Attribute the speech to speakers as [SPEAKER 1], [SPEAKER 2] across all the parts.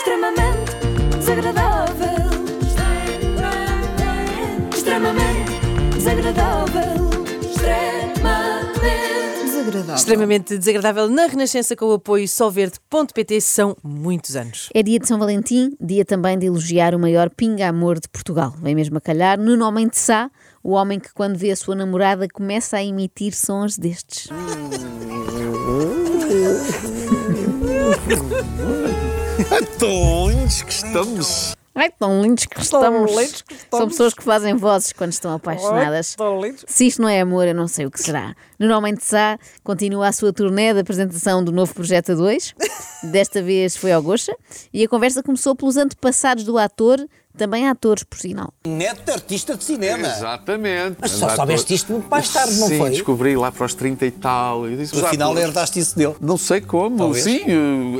[SPEAKER 1] extremamente desagradável. Extremamente desagradável. Extremamente
[SPEAKER 2] Ah,
[SPEAKER 1] desagradável.
[SPEAKER 2] Extremamente desagradável na Renascença com o apoio solverde.pt são muitos anos.
[SPEAKER 3] É dia de São Valentim, dia também de elogiar o maior pinga-amor de Portugal. Vem mesmo a calhar, Nuno Homem de Sá, o homem que quando vê a sua namorada começa a emitir sons destes.
[SPEAKER 4] Tons que estamos.
[SPEAKER 3] Ai, tão lindos que estamos. São pessoas que fazem vozes quando estão apaixonadas. Se isto não é amor, eu não sei o que será. Normalmente Sá continua a sua turnê de apresentação do novo Projeto 2. Desta vez foi ao Goxa. E a conversa começou pelos antepassados do ator, também atores, por sinal.
[SPEAKER 5] Neto de artista de cinema.
[SPEAKER 4] Exatamente.
[SPEAKER 5] Mas só soubeste isto muito mais tarde, não
[SPEAKER 4] Sim,
[SPEAKER 5] foi?
[SPEAKER 4] descobri lá para os 30 e tal. Eu disse,
[SPEAKER 5] No
[SPEAKER 4] "Já,
[SPEAKER 5] final
[SPEAKER 4] pô,
[SPEAKER 5] herdaste isso dele.
[SPEAKER 4] Não sei como.
[SPEAKER 5] Talvez.
[SPEAKER 4] Sim, eh,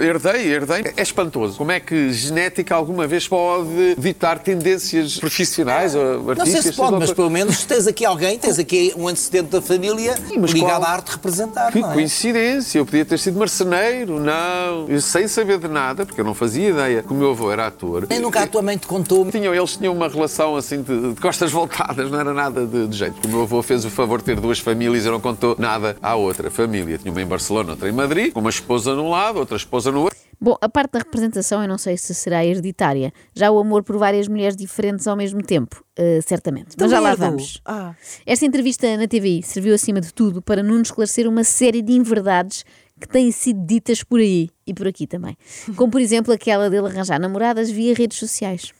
[SPEAKER 4] herdei, herdei. É espantoso. Como é que genética alguma vez pode ditar tendências profissionais ou
[SPEAKER 5] É. Não
[SPEAKER 4] artísticas?
[SPEAKER 5] sei se pode,
[SPEAKER 4] ou
[SPEAKER 5] mas
[SPEAKER 4] coisa?
[SPEAKER 5] pelo menos tens aqui alguém, tens aqui um antecedente da família
[SPEAKER 4] mas
[SPEAKER 5] ligado
[SPEAKER 4] qual?
[SPEAKER 5] à arte representada.
[SPEAKER 4] Que
[SPEAKER 5] não é?
[SPEAKER 4] coincidência, eu podia ter sido marceneiro, não. Eu sem saber de nada, porque eu não fazia ideia que o meu avô era ator.
[SPEAKER 5] Nem nunca a tua mãe te contou.
[SPEAKER 4] Tinham, eles tinham uma relação assim de, de costas voltadas, não era nada de, de jeito. O meu avô fez o favor de ter duas famílias e não contou nada à outra família. Tinha uma em Barcelona, outra em Madrid, com uma esposa num lado, outra esposa no outro.
[SPEAKER 3] Bom, a parte da representação eu não sei se será hereditária. Já o amor por várias mulheres diferentes ao mesmo tempo, eh, certamente. Mas já lá
[SPEAKER 2] Medo.
[SPEAKER 3] vamos.
[SPEAKER 2] Ah.
[SPEAKER 3] Esta entrevista na TVI serviu, acima de tudo, para Nuno esclarecer uma série de inverdades que têm sido ditas por aí e por aqui também. Como, por exemplo, aquela dele arranjar namoradas via redes sociais.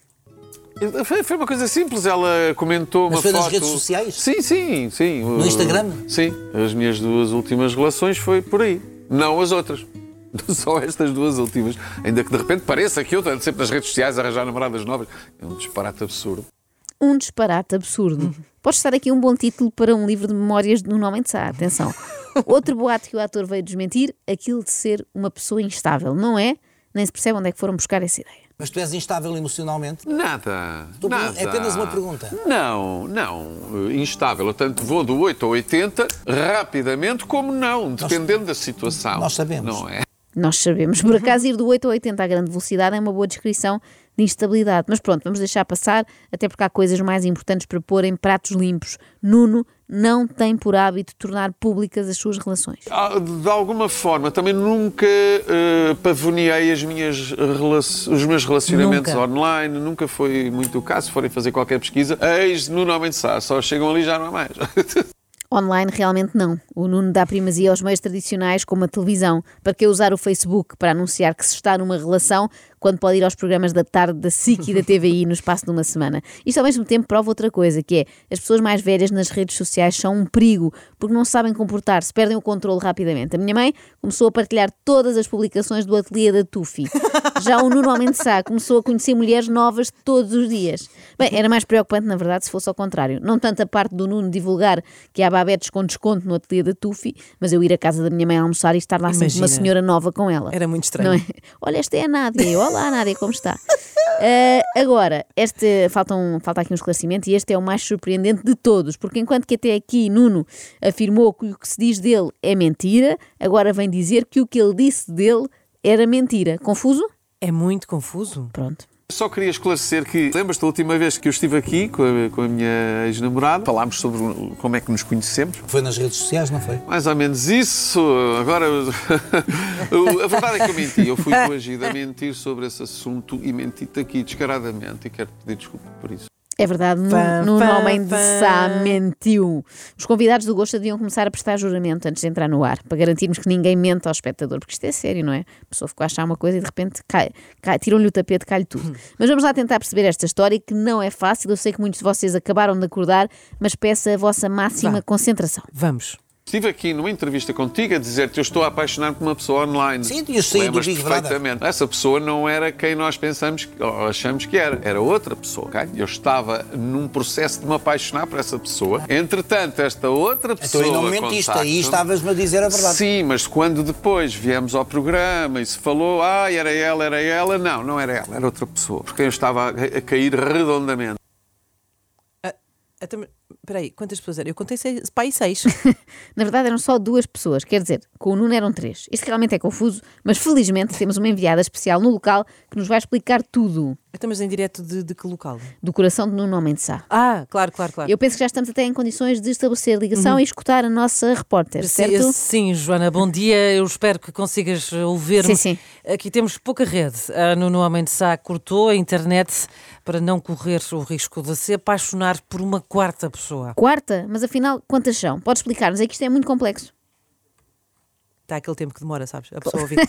[SPEAKER 4] Foi, foi uma coisa simples, ela comentou
[SPEAKER 5] Mas
[SPEAKER 4] uma
[SPEAKER 5] foi nas
[SPEAKER 4] foto.
[SPEAKER 5] redes sociais?
[SPEAKER 4] Sim, sim, sim. No
[SPEAKER 5] Instagram?
[SPEAKER 4] Sim. As minhas duas últimas relações foi por aí, não as outras. Só estas duas últimas. Ainda que de repente pareça que eu estou sempre nas redes sociais a arranjar namoradas novas. É um disparate absurdo.
[SPEAKER 3] Um disparate absurdo. Pode estar aqui um bom título para um livro de memórias de Nuno Homem de Sá, Ah, atenção. Outro boato que o ator veio desmentir, aquilo de ser uma pessoa instável, não é? Nem se percebe onde é que foram buscar essa ideia.
[SPEAKER 5] Mas tu és instável emocionalmente.
[SPEAKER 4] Nada.
[SPEAKER 5] Estou a
[SPEAKER 4] nada.
[SPEAKER 5] pergun- é apenas uma pergunta.
[SPEAKER 4] Não, não. eh, Instável. Eu tanto vou do 8 ao 80 rapidamente como não, dependendo da situação.
[SPEAKER 5] nós sabemos.
[SPEAKER 4] Não é?
[SPEAKER 3] Nós sabemos. Por acaso, ir do 8 ao 80 à grande velocidade é uma boa descrição de instabilidade. Mas pronto, vamos deixar passar, até porque há coisas mais importantes para pôr em pratos limpos. Nuno não tem por hábito tornar públicas as suas relações.
[SPEAKER 4] Ah, De alguma forma, também nunca eh, pavoneei as minhas rela- os meus relacionamentos
[SPEAKER 3] Nunca.
[SPEAKER 4] online, nunca foi muito o caso. Se forem fazer qualquer pesquisa, eis no nome de Sá, só chegam ali e já não há mais.
[SPEAKER 3] Online, realmente não. O Nuno dá primazia aos meios tradicionais, como a televisão. Para que usar o Facebook para anunciar que se está numa relação, quando pode ir aos programas da tarde da SIC e da TVI no espaço de uma semana? Isto ao mesmo tempo prova outra coisa, que é as pessoas mais velhas nas redes sociais são um perigo, porque não sabem comportar-se, perdem o controle rapidamente. A minha mãe começou a partilhar todas as publicações do ateliê da Tufi. Já o Nuno Almeida Sá começou a conhecer mulheres novas todos os dias. Bem, era mais preocupante, na verdade, se fosse ao contrário. Não tanto a parte do Nuno divulgar que há babetes com desconto no ateliê da Tufi, mas eu ir à casa da minha mãe almoçar e estar lá sempre
[SPEAKER 2] Imagina.
[SPEAKER 3] uma senhora nova com ela.
[SPEAKER 2] Era muito estranho.
[SPEAKER 3] Não é? Olha, esta é a Nádia. Eu, Olá, Nádia, como está? Ah, agora, este, falta, um- falta aqui um esclarecimento e este é o mais surpreendente de todos, porque enquanto que até aqui Nuno afirmou que o que se diz dele é mentira, agora vem dizer que o que ele disse dele era mentira. Confuso?
[SPEAKER 2] É muito confuso.
[SPEAKER 3] Pronto.
[SPEAKER 4] Só queria esclarecer que, lembras-te da última vez que eu estive aqui com a, com a minha ex-namorada? Falámos sobre o- como é que nos conhecemos.
[SPEAKER 5] Foi nas redes sociais, não foi?
[SPEAKER 4] Mais ou menos isso. Agora, o- a verdade é que eu menti. Eu fui coagido a mentir sobre esse assunto e menti-te aqui descaradamente e quero pedir desculpa por isso.
[SPEAKER 3] É verdade, Nuno
[SPEAKER 2] Pam,
[SPEAKER 3] Nuno
[SPEAKER 2] pam,
[SPEAKER 3] Homem de
[SPEAKER 2] pam.
[SPEAKER 3] Sá mentiu. Os convidados do Gosto deviam começar a prestar juramento antes de entrar no ar, para garantirmos que ninguém mente ao espectador, porque isto é sério, não é? A pessoa ficou a achar uma coisa e de repente cai, cai- tiram-lhe o tapete, cai-lhe tudo. Mas vamos lá tentar perceber esta história, que não é fácil. Eu sei que muitos de vocês acabaram de acordar, mas peço a vossa máxima
[SPEAKER 2] Vá.
[SPEAKER 3] concentração.
[SPEAKER 2] Vamos.
[SPEAKER 4] Estive aqui numa entrevista contigo a dizer-te eu estou a apaixonar por uma pessoa online.
[SPEAKER 5] Sim, tinhas saído do
[SPEAKER 4] Lembras-te
[SPEAKER 5] Big Brother.
[SPEAKER 4] perfeitamente. Essa pessoa não era quem nós pensamos que- ou achamos que era. Era outra pessoa, ok? Eu estava num processo de me apaixonar por essa pessoa. Entretanto, esta outra
[SPEAKER 5] Então
[SPEAKER 4] pessoa
[SPEAKER 5] aí não mentiste, aí
[SPEAKER 4] contacta-me.
[SPEAKER 5] estavas-me a dizer a verdade.
[SPEAKER 4] Sim, mas quando depois viemos ao programa e se falou, ah, era ela, era ela, não, não era ela, era outra pessoa, porque eu estava a, a cair redondamente.
[SPEAKER 2] Ah, até- Peraí, quantas pessoas eram? Eu contei seis, pá, e seis.
[SPEAKER 3] Na verdade, eram só duas pessoas, quer dizer, com o Nuno eram três. Isto realmente é confuso, mas felizmente temos uma enviada especial no local que nos vai explicar tudo
[SPEAKER 2] Estamos Então, em direto de, de que local?
[SPEAKER 3] do coração de Nuno Homem de Sá.
[SPEAKER 2] Ah, claro, claro, claro.
[SPEAKER 3] Eu penso que já estamos até em condições de estabelecer ligação e escutar a nossa repórter,
[SPEAKER 2] Uhum. Sim,
[SPEAKER 3] certo?
[SPEAKER 2] sim, Joana, bom dia. Eu espero que consigas eh, ouvir-me.
[SPEAKER 3] Sim,
[SPEAKER 2] Aqui temos pouca rede. A Nuno Homem de Sá cortou a internet para não correr o risco de se apaixonar por uma quarta pessoa.
[SPEAKER 3] Quarta, mas afinal, quantas são? Pode explicar-nos, é que isto é muito complexo.
[SPEAKER 2] Está aquele tempo que demora, sabes? A pessoa ouvir.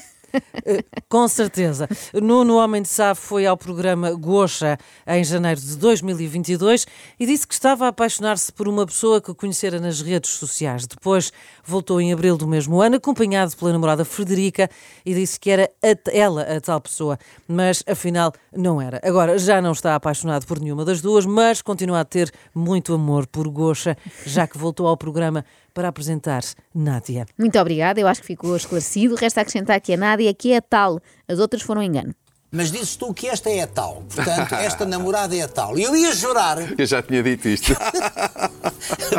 [SPEAKER 2] Eh, Com certeza. Nuno Homem de Sá foi ao programa Gocha em janeiro de 2022 e disse que estava a apaixonar-se por uma pessoa que conhecera nas redes sociais. Depois voltou em abril do mesmo ano, acompanhado pela namorada Frederica, e disse que era a t- ela a tal pessoa, mas afinal não era. Agora já não está apaixonado por nenhuma das duas, mas continua a ter muito amor por Gocha, já que voltou ao programa para apresentar Nádia.
[SPEAKER 3] Muito obrigada, eu acho que ficou esclarecido. Resta acrescentar que a Nádia que é a tal, as outras foram engano.
[SPEAKER 5] Mas dizes tu que esta é a tal. Portanto, esta namorada é a tal. E eu ia jurar,
[SPEAKER 4] Eu já tinha dito isto.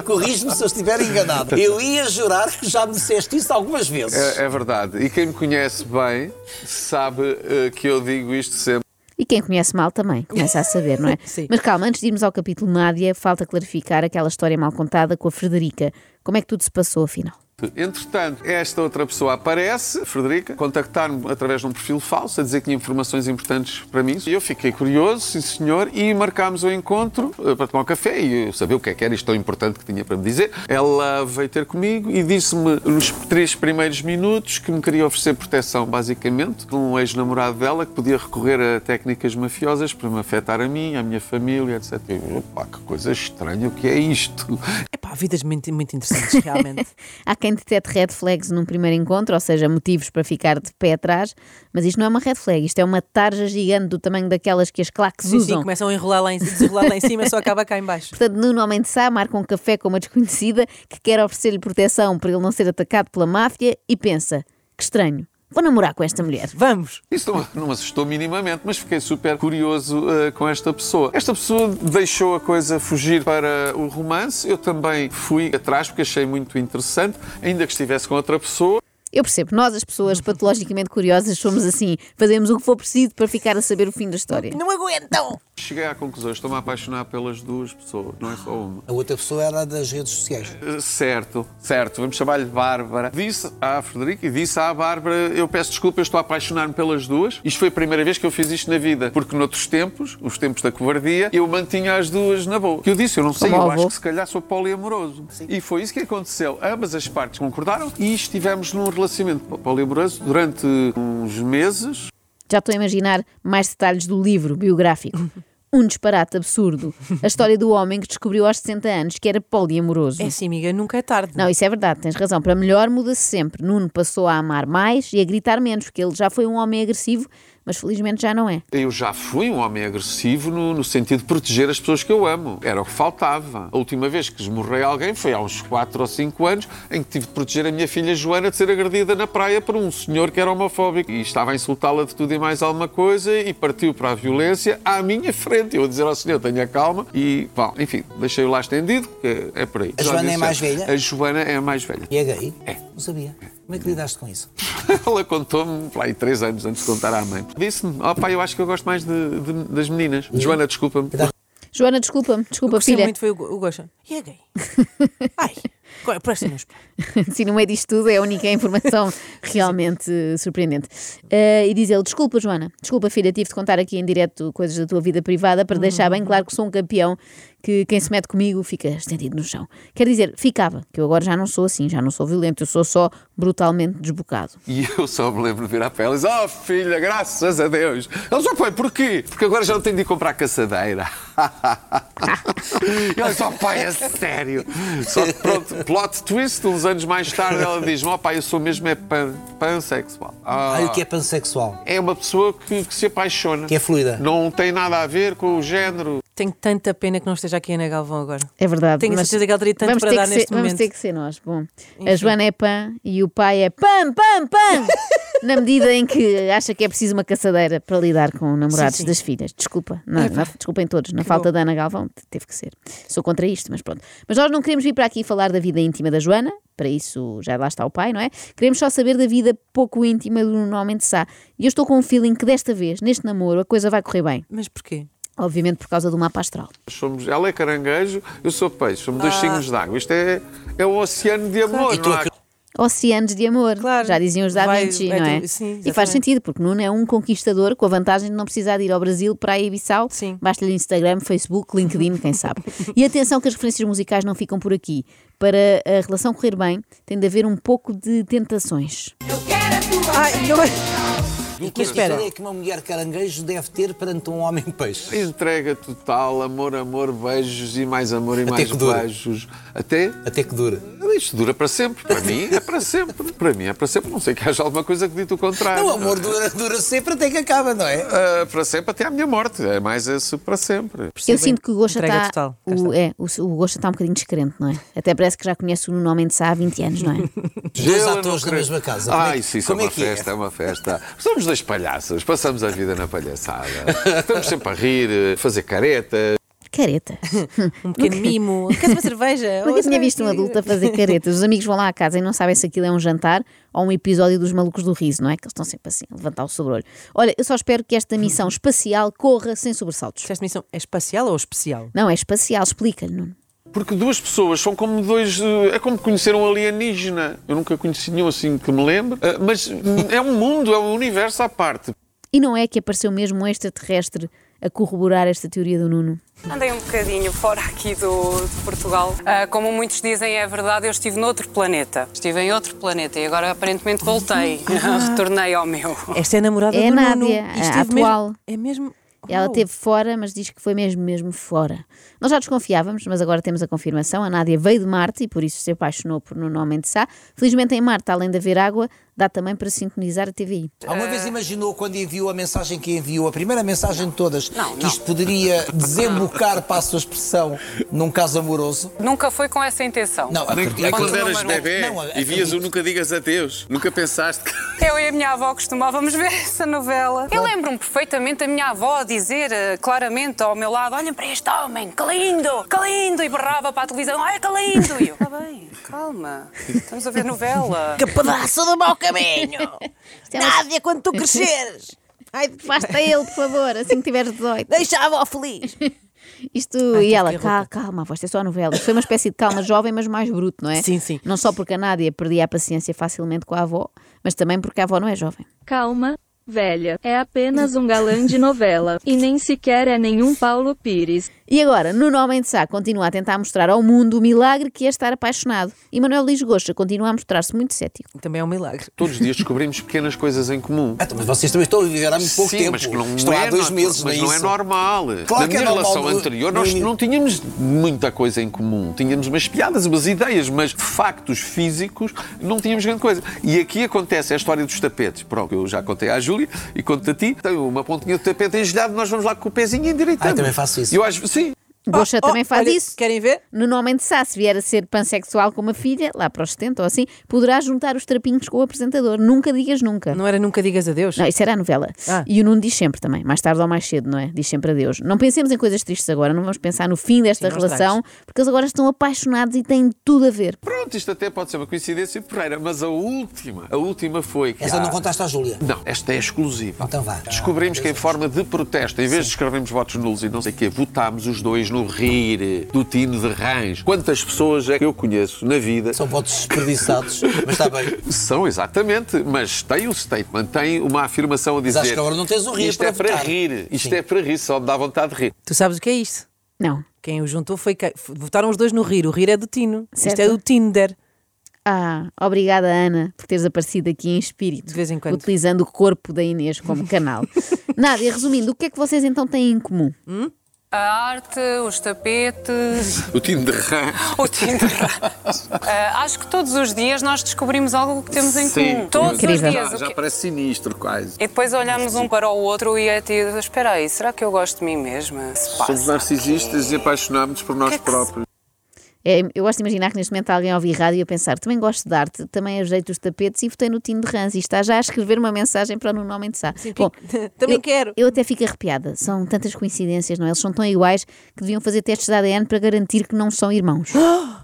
[SPEAKER 5] corrijo-me se eu estiver enganado, eu ia jurar que já me disseste isso algumas vezes.
[SPEAKER 4] É, é verdade. E quem me conhece bem sabe eh, que eu digo isto sempre.
[SPEAKER 3] E quem conhece mal também começa a saber, não é?
[SPEAKER 2] Sim.
[SPEAKER 3] Mas calma, antes de irmos ao capítulo Nádia, falta clarificar aquela história mal contada com a Frederica. Como é que tudo se passou afinal?
[SPEAKER 4] Entretanto, esta outra pessoa aparece, Frederica, contactar-me através de um perfil falso, a dizer que tinha informações importantes para mim. E eu fiquei curioso, sim senhor, e marcámos o encontro eh, para tomar um café e eu saber o que é que era isto tão importante que tinha para me dizer. Ela veio ter comigo e disse-me nos três primeiros minutos que me queria oferecer proteção, basicamente, de um ex-namorado dela que podia recorrer a técnicas mafiosas para me afetar a mim, à minha família, etc. E Eu, opa, que coisa estranha, o que é isto?
[SPEAKER 2] Epá, vidas muito, muito interessantes, realmente.
[SPEAKER 3] Há quem detete red flags num primeiro encontro, ou seja, motivos para ficar de pé atrás, mas isto não é uma red flag, isto é uma tarja gigante do tamanho daquelas que as claques
[SPEAKER 2] sim, é- sim,
[SPEAKER 3] usam.
[SPEAKER 2] começam a enrolar lá em cima, desenrolar lá em cima, só acaba cá em baixo.
[SPEAKER 3] Portanto, Nuno Homem de Sá marca um café com uma desconhecida que quer oferecer-lhe proteção para ele não ser atacado pela máfia e pensa: que estranho, vou namorar com esta mulher.
[SPEAKER 2] Vamos!
[SPEAKER 4] Isso não, não me assustou minimamente, mas fiquei super curioso eh, com esta pessoa. Esta pessoa deixou a coisa fugir para o romance. Eu também fui atrás porque achei muito interessante, ainda que estivesse com outra pessoa.
[SPEAKER 3] Eu percebo, nós, as pessoas patologicamente curiosas, somos assim, fazemos o que for preciso para ficar a saber o fim da história.
[SPEAKER 2] Não aguentam!
[SPEAKER 4] Cheguei à conclusão, estou-me a apaixonar pelas duas pessoas, não é só uma.
[SPEAKER 5] A outra pessoa era das redes sociais.
[SPEAKER 4] Eh, Certo, certo, vamos chamar-lhe Bárbara. Disse à Frederica e disse à Bárbara: Eu peço desculpa, eu estou a apaixonar-me pelas duas. Isto foi a primeira vez que eu fiz isto na vida, porque noutros tempos, os tempos da covardia, eu mantinha as duas na boa. Eu disse: Eu não sei,
[SPEAKER 3] Como
[SPEAKER 4] eu
[SPEAKER 3] o avô.
[SPEAKER 4] acho que se calhar sou poliamoroso. E foi isso que aconteceu. Ambas as partes concordaram e estivemos num relacionamento poliamoroso durante uns meses.
[SPEAKER 3] Já estou a imaginar mais detalhes do livro biográfico. Um disparate absurdo. A história do homem que descobriu aos 60 anos que era poliamoroso.
[SPEAKER 2] É sim, amiga, nunca é tarde.
[SPEAKER 3] Não, isso é verdade, tens razão. Para melhor muda-se sempre. Nuno passou a amar mais e a gritar menos, porque ele já foi um homem agressivo, mas felizmente já não é.
[SPEAKER 4] Eu já fui um homem agressivo no, no sentido de proteger as pessoas que eu amo. Era o que faltava. A última vez que esmorrei alguém foi há uns 4 ou 5 anos, em que tive de proteger a minha filha Joana de ser agredida na praia por um senhor que era homofóbico e estava a insultá-la de tudo e mais alguma coisa e partiu para a violência à minha frente. Eu a dizer ao senhor, tenha calma e, bom, enfim, deixei-o lá estendido, que é por aí.
[SPEAKER 5] A Joana é mais
[SPEAKER 4] certo.
[SPEAKER 5] velha?
[SPEAKER 4] A Joana é a mais velha.
[SPEAKER 5] E é gay? É. Não sabia. Como é que lidaste com isso?
[SPEAKER 4] Ela contou-me, lá aí, três anos antes de contar à mãe. Disse-me, ó pai, eu acho que eu gosto mais de- de- das meninas. Joana, desculpa-me.
[SPEAKER 3] Joana, desculpa-me,
[SPEAKER 2] o
[SPEAKER 3] desculpa,
[SPEAKER 2] que
[SPEAKER 3] filha.
[SPEAKER 2] muito foi o, Go- o Gocha. E é gay? Ai, co- presta-nos.
[SPEAKER 3] Se no meio disto tudo é a única informação realmente eh, surpreendente. Eh, e diz ele: Desculpa, Joana, desculpa, filha, tive de contar aqui em direto coisas da tua vida privada para deixar bem claro que sou um campeão, que quem se mete comigo fica estendido no chão. Quer dizer, ficava, que eu agora já não sou assim, já não sou violento, eu sou só brutalmente desbocado.
[SPEAKER 4] E eu só me lembro de virar para ela e dizer, oh filha, graças a Deus. Ela só foi, porquê? Porque agora já não tenho de ir comprar caçadeira. e ela disse, oh pai, é sério. Só que pronto, plot twist, uns anos mais tarde, ela diz-me, oh pai, eu sou mesmo é pan, pansexual. Ah,
[SPEAKER 5] Ai, o que é pansexual?
[SPEAKER 4] é uma pessoa que, que se apaixona.
[SPEAKER 5] Que é fluida.
[SPEAKER 4] Não tem nada a ver com o género.
[SPEAKER 2] Tenho tanta pena que não esteja aqui a Ana Galvão agora.
[SPEAKER 3] É verdade.
[SPEAKER 2] Tenho a
[SPEAKER 3] mas
[SPEAKER 2] certeza que ela teria tanto
[SPEAKER 3] vamos
[SPEAKER 2] para
[SPEAKER 3] ter
[SPEAKER 2] dar
[SPEAKER 3] que
[SPEAKER 2] neste
[SPEAKER 3] ser, Vamos
[SPEAKER 2] momento.
[SPEAKER 3] ter que ser nós. Bom, a Joana é pã e o pai é pam, pam, pam! na medida em que acha que é preciso uma caçadeira para lidar com namorados
[SPEAKER 2] Sim, sim.
[SPEAKER 3] das filhas. Desculpa, não,
[SPEAKER 2] Epá,
[SPEAKER 3] não- desculpem todos. Na
[SPEAKER 2] que
[SPEAKER 3] falta
[SPEAKER 2] bom.
[SPEAKER 3] da Ana Galvão, te- teve que ser. Sou contra isto, mas pronto. Mas nós não queremos vir para aqui falar da vida íntima da Joana. Para isso já lá está o pai, não é? Queremos só saber da vida pouco íntima do Nuno Almendes Sá. E eu estou com um feeling que desta vez, neste namoro, a coisa vai correr bem.
[SPEAKER 2] Mas porquê?
[SPEAKER 3] Obviamente por causa do mapa astral.
[SPEAKER 4] Somos, ela é caranguejo, eu sou peixe, somos dois signos de água. Isto é, é um oceano de amor.
[SPEAKER 5] E tu
[SPEAKER 4] não é? há-
[SPEAKER 3] Oceanos de amor,
[SPEAKER 2] Claro.
[SPEAKER 3] já diziam os da
[SPEAKER 2] Vai-
[SPEAKER 3] Vinci,
[SPEAKER 2] vai
[SPEAKER 3] não
[SPEAKER 2] ter-
[SPEAKER 3] é?
[SPEAKER 2] sim,
[SPEAKER 3] e faz
[SPEAKER 2] exatamente.
[SPEAKER 3] sentido, porque Nuno é um conquistador com a vantagem de não precisar de ir ao Brasil para a Ibiçal.
[SPEAKER 2] Sim.
[SPEAKER 3] Basta-lhe Instagram, Facebook, LinkedIn, quem sabe. E atenção que as referências musicais não ficam por aqui. Para a relação correr bem, tem de haver um pouco de tentações.
[SPEAKER 2] Ai, não... é.
[SPEAKER 5] E que
[SPEAKER 2] espera.
[SPEAKER 5] espera é que uma mulher caranguejo deve ter perante um homem peixe?
[SPEAKER 4] Entrega total, amor, amor, beijos e mais amor e
[SPEAKER 5] Até
[SPEAKER 4] mais
[SPEAKER 5] que dura.
[SPEAKER 4] beijos. Até.
[SPEAKER 5] Até que dura.
[SPEAKER 4] Isto dura para sempre. Para mim é para sempre. Para mim é para sempre. Não sei que haja alguma coisa que dite o contrário.
[SPEAKER 5] Não, o amor dura, dura sempre até que acaba, não é?
[SPEAKER 4] Ah, para sempre até à minha morte. É mais esse para sempre.
[SPEAKER 3] Eu sinto que o Gosha
[SPEAKER 2] Entrega
[SPEAKER 3] está.
[SPEAKER 2] total. Cá
[SPEAKER 3] O, é, o, o Gosha está um bocadinho descrente, não é? Até parece que já conhece o Nuno Almendes Sá há um 20 anos, não é?
[SPEAKER 5] Os dois
[SPEAKER 4] Eu não
[SPEAKER 5] atores da
[SPEAKER 4] creio.
[SPEAKER 5] mesma casa. Como é
[SPEAKER 4] Ah,
[SPEAKER 5] que-
[SPEAKER 4] isso, isso
[SPEAKER 5] como
[SPEAKER 4] é
[SPEAKER 5] é
[SPEAKER 4] uma
[SPEAKER 5] que é?
[SPEAKER 4] festa, é uma festa. Somos dois palhaços, passamos a vida na palhaçada. Estamos sempre a rir, a fazer careta.
[SPEAKER 3] Caretas.
[SPEAKER 2] Um pequeno mimo. Queres uma cerveja?
[SPEAKER 3] Nunca tinha
[SPEAKER 2] Ou-
[SPEAKER 3] visto um adulto a fazer caretas. Os amigos vão lá à casa e não sabem se aquilo é um jantar ou um episódio dos Malucos do Riso, não é? Que eles estão sempre assim a levantar o sobreolho. Olha, eu só espero que esta missão espacial corra sem sobressaltos.
[SPEAKER 2] Disseste missão é espacial ou especial?
[SPEAKER 3] Não, é espacial, explica-lhe, Nuno.
[SPEAKER 4] Porque duas pessoas são como dois. eh, É como conhecer um alienígena. Eu nunca conheci nenhum assim que me lembre. Ah, Mas hum, é um mundo, é um universo à parte.
[SPEAKER 3] E não é que apareceu mesmo um extraterrestre a corroborar esta teoria do Nuno.
[SPEAKER 6] Andei um bocadinho fora aqui do, de Portugal. Ah, como muitos dizem, é verdade, eu estive noutro planeta. Estive em outro planeta e agora aparentemente voltei. Retornei ao meu.
[SPEAKER 2] Esta é a namorada
[SPEAKER 3] É a
[SPEAKER 2] do
[SPEAKER 3] Nádia,
[SPEAKER 2] Nuno.
[SPEAKER 3] a
[SPEAKER 2] Isto teve
[SPEAKER 3] atual.
[SPEAKER 2] Mesmo... É mesmo.
[SPEAKER 3] Ela
[SPEAKER 2] Uau.
[SPEAKER 3] esteve fora, mas diz que foi mesmo, mesmo fora. Nós já desconfiávamos, mas agora temos a confirmação. A Nádia veio de Marte e por isso se apaixonou por Nuno Almendes Sá. Felizmente em Marte, além de haver água, dá também para sintonizar a TVI.
[SPEAKER 5] Alguma
[SPEAKER 6] É.
[SPEAKER 5] vez imaginou quando enviou a mensagem que enviou, a primeira mensagem de todas,
[SPEAKER 6] Não,
[SPEAKER 5] que
[SPEAKER 6] não.
[SPEAKER 5] isto poderia desembocar, para a sua expressão, num caso amoroso?
[SPEAKER 6] Nunca foi com essa intenção.
[SPEAKER 5] Não, acredito.
[SPEAKER 4] é
[SPEAKER 6] nem quando
[SPEAKER 5] acredito-
[SPEAKER 6] eras
[SPEAKER 5] não,
[SPEAKER 6] bebê
[SPEAKER 5] não, acredito.
[SPEAKER 4] Nunca Digas Adeus. Nunca pensaste que.
[SPEAKER 6] Eu e a minha avó costumávamos ver essa novela. Eu lembro-me perfeitamente da minha avó a dizer eh, claramente ao meu lado: olhem para este homem, que lindo, que lindo! E berrava para a televisão: olha que lindo! E eu: está bem, calma, estamos a ver novela.
[SPEAKER 7] Que pedaço do mau caminho!
[SPEAKER 3] é uma-
[SPEAKER 7] Nádia, quando tu cresceres, ai,
[SPEAKER 3] Basta ele, por favor, assim que tiveres 18.
[SPEAKER 7] deixa a avó feliz. tipo,
[SPEAKER 3] Isto,
[SPEAKER 2] tive
[SPEAKER 3] e ela,
[SPEAKER 2] que ir
[SPEAKER 3] calma, calma, voz, é só novela. Foi uma espécie de calma jovem, mas mais bruto, não é?
[SPEAKER 2] Sim, sim.
[SPEAKER 3] Não só porque a Nádia perdia a paciência facilmente com a avó, mas também porque a avó não é jovem.
[SPEAKER 8] Calma, velha. É apenas um galã de novela. E nem sequer é nenhum Paulo Pires.
[SPEAKER 3] E agora, Nuno Almendes Sá continua a tentar mostrar ao mundo o milagre que é estar apaixonado. E Manuel Luís Gosta continua a mostrar-se muito cético.
[SPEAKER 2] Também é um milagre.
[SPEAKER 4] Todos os dias descobrimos pequenas coisas em comum.
[SPEAKER 5] Ah, então, mas vocês também estão a viver há muito um pouco
[SPEAKER 4] Sim,
[SPEAKER 5] tempo.
[SPEAKER 4] mas que não
[SPEAKER 5] estão
[SPEAKER 4] é
[SPEAKER 5] há dois
[SPEAKER 4] normal,
[SPEAKER 5] meses,
[SPEAKER 4] mas
[SPEAKER 5] é
[SPEAKER 4] não é
[SPEAKER 5] isso?
[SPEAKER 4] normal.
[SPEAKER 5] Claro
[SPEAKER 4] Na
[SPEAKER 5] que é
[SPEAKER 4] minha
[SPEAKER 5] normal,
[SPEAKER 4] relação
[SPEAKER 5] no-
[SPEAKER 4] anterior,
[SPEAKER 5] no
[SPEAKER 4] nós
[SPEAKER 5] início.
[SPEAKER 4] não tínhamos muita coisa em comum. Tínhamos umas piadas, umas ideias, mas factos físicos não tínhamos grande coisa. E aqui acontece a história dos tapetes. Pronto, eu já contei à Júlia e conto a ti. Tem uma pontinha de tapete engelhado, nós vamos lá com o pezinho endireitado.
[SPEAKER 5] Ah, eu também faço isso.
[SPEAKER 4] Eu acho, sim.
[SPEAKER 3] Gosta
[SPEAKER 2] Oh,
[SPEAKER 3] também faz
[SPEAKER 2] olha,
[SPEAKER 3] isso.
[SPEAKER 2] Querem ver?
[SPEAKER 3] Nuno Almendes Sá, se vier a ser pansexual com uma filha, lá para os 70 ou assim, poderá juntar os trapinhos com o apresentador. Nunca digas nunca.
[SPEAKER 2] Não era Nunca Digas Adeus?
[SPEAKER 3] Não, isso era a novela.
[SPEAKER 2] Ah.
[SPEAKER 3] E o Nuno diz sempre também, mais tarde ou mais cedo, não é? Diz sempre adeus. Não pensemos em coisas tristes agora, não vamos pensar no fim desta
[SPEAKER 2] Sim, não
[SPEAKER 3] relação, porque eles agora estão apaixonados e têm tudo a ver.
[SPEAKER 4] Pronto, isto até pode ser uma coincidência porreira, mas a última, a última foi que
[SPEAKER 5] Essa
[SPEAKER 4] há-
[SPEAKER 5] não contaste à Júlia.
[SPEAKER 4] Não, esta é exclusiva.
[SPEAKER 5] Então vá.
[SPEAKER 4] Descobrimos que em forma de protesto, em vez de escrevermos votos nulos e não sei o quê, votámos os dois no rir do Tino de Rãs. Quantas pessoas é que eu conheço na vida
[SPEAKER 5] São votos desperdiçados, mas está bem.
[SPEAKER 4] são exatamente, mas tem um statement, tem uma afirmação a dizer.
[SPEAKER 5] acho que agora não tens o rir
[SPEAKER 4] Isto
[SPEAKER 5] para
[SPEAKER 4] é para
[SPEAKER 5] votar."
[SPEAKER 4] rir, isto
[SPEAKER 5] Sim.
[SPEAKER 4] é para rir, só me dá vontade de rir.
[SPEAKER 2] Tu sabes o que é isto?
[SPEAKER 3] Não.
[SPEAKER 2] Quem o juntou foi. quem- f- Votaram os dois no Rir. O Rir é do Tino.
[SPEAKER 3] Certo.
[SPEAKER 2] Isto é do Tinder.
[SPEAKER 3] Ah, obrigada Ana por teres aparecido aqui em espírito.
[SPEAKER 2] De vez em quando.
[SPEAKER 3] Utilizando o corpo da Inês como canal. Nádia, resumindo, o que é que vocês então têm em comum?
[SPEAKER 6] A arte, os tapetes,
[SPEAKER 4] O time de rã.
[SPEAKER 6] o Tinder. Ah, acho que todos os dias nós descobrimos algo que temos em
[SPEAKER 4] Sim,
[SPEAKER 6] comum. Todos
[SPEAKER 3] Incrível.
[SPEAKER 6] os dias.
[SPEAKER 4] Já,
[SPEAKER 6] o
[SPEAKER 4] já
[SPEAKER 6] que-
[SPEAKER 4] parece sinistro, quase.
[SPEAKER 6] E depois olhamos um para o outro e é tipo, espera aí, será que eu gosto de mim mesma? Se
[SPEAKER 4] Somos
[SPEAKER 6] passa.
[SPEAKER 4] narcisistas e apaixonámos por nós próprios.
[SPEAKER 3] É, eu gosto de imaginar que neste momento há alguém a ouvir rádio e a pensar: também gosto de arte, também ajeito os tapetes e votei no Tino de Rãs e está já a escrever uma mensagem para o Nuno Homem de Sá. Bom,
[SPEAKER 1] também
[SPEAKER 3] eu,
[SPEAKER 1] quero.
[SPEAKER 3] Eu até fico arrepiada. São tantas coincidências, não é? Eles são tão iguais que deviam fazer testes de ADN para garantir que não são irmãos.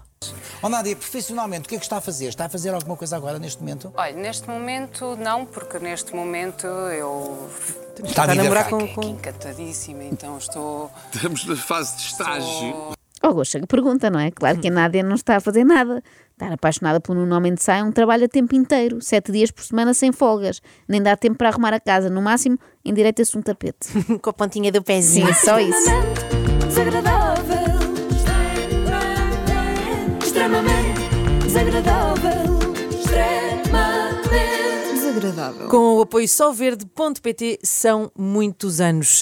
[SPEAKER 5] Oh, Nádia, profissionalmente, o que é que está a fazer? Está a fazer alguma coisa agora, neste momento?
[SPEAKER 6] Olha, neste momento não, porque neste momento eu
[SPEAKER 5] Está a viver
[SPEAKER 2] namorar
[SPEAKER 5] fraca.
[SPEAKER 2] com-
[SPEAKER 6] fiquei aqui encantadíssima, então estou.
[SPEAKER 4] Estamos na fase de estágio.
[SPEAKER 3] Oh, Gosta, que pergunta, não é? Claro que a Nádia não está a fazer nada. Estar apaixonada por um homem de saia é um trabalho a tempo inteiro, sete dias por semana sem folgas. Nem dá tempo para arrumar a casa, no máximo, endireita-se um tapete.
[SPEAKER 7] Com a pontinha do
[SPEAKER 3] Sim,
[SPEAKER 7] pezinho.
[SPEAKER 3] é só isso.
[SPEAKER 1] Desagradável. Extremamente desagradável. Extremamente desagradável.
[SPEAKER 2] Com o apoio solverde.pt são muitos anos.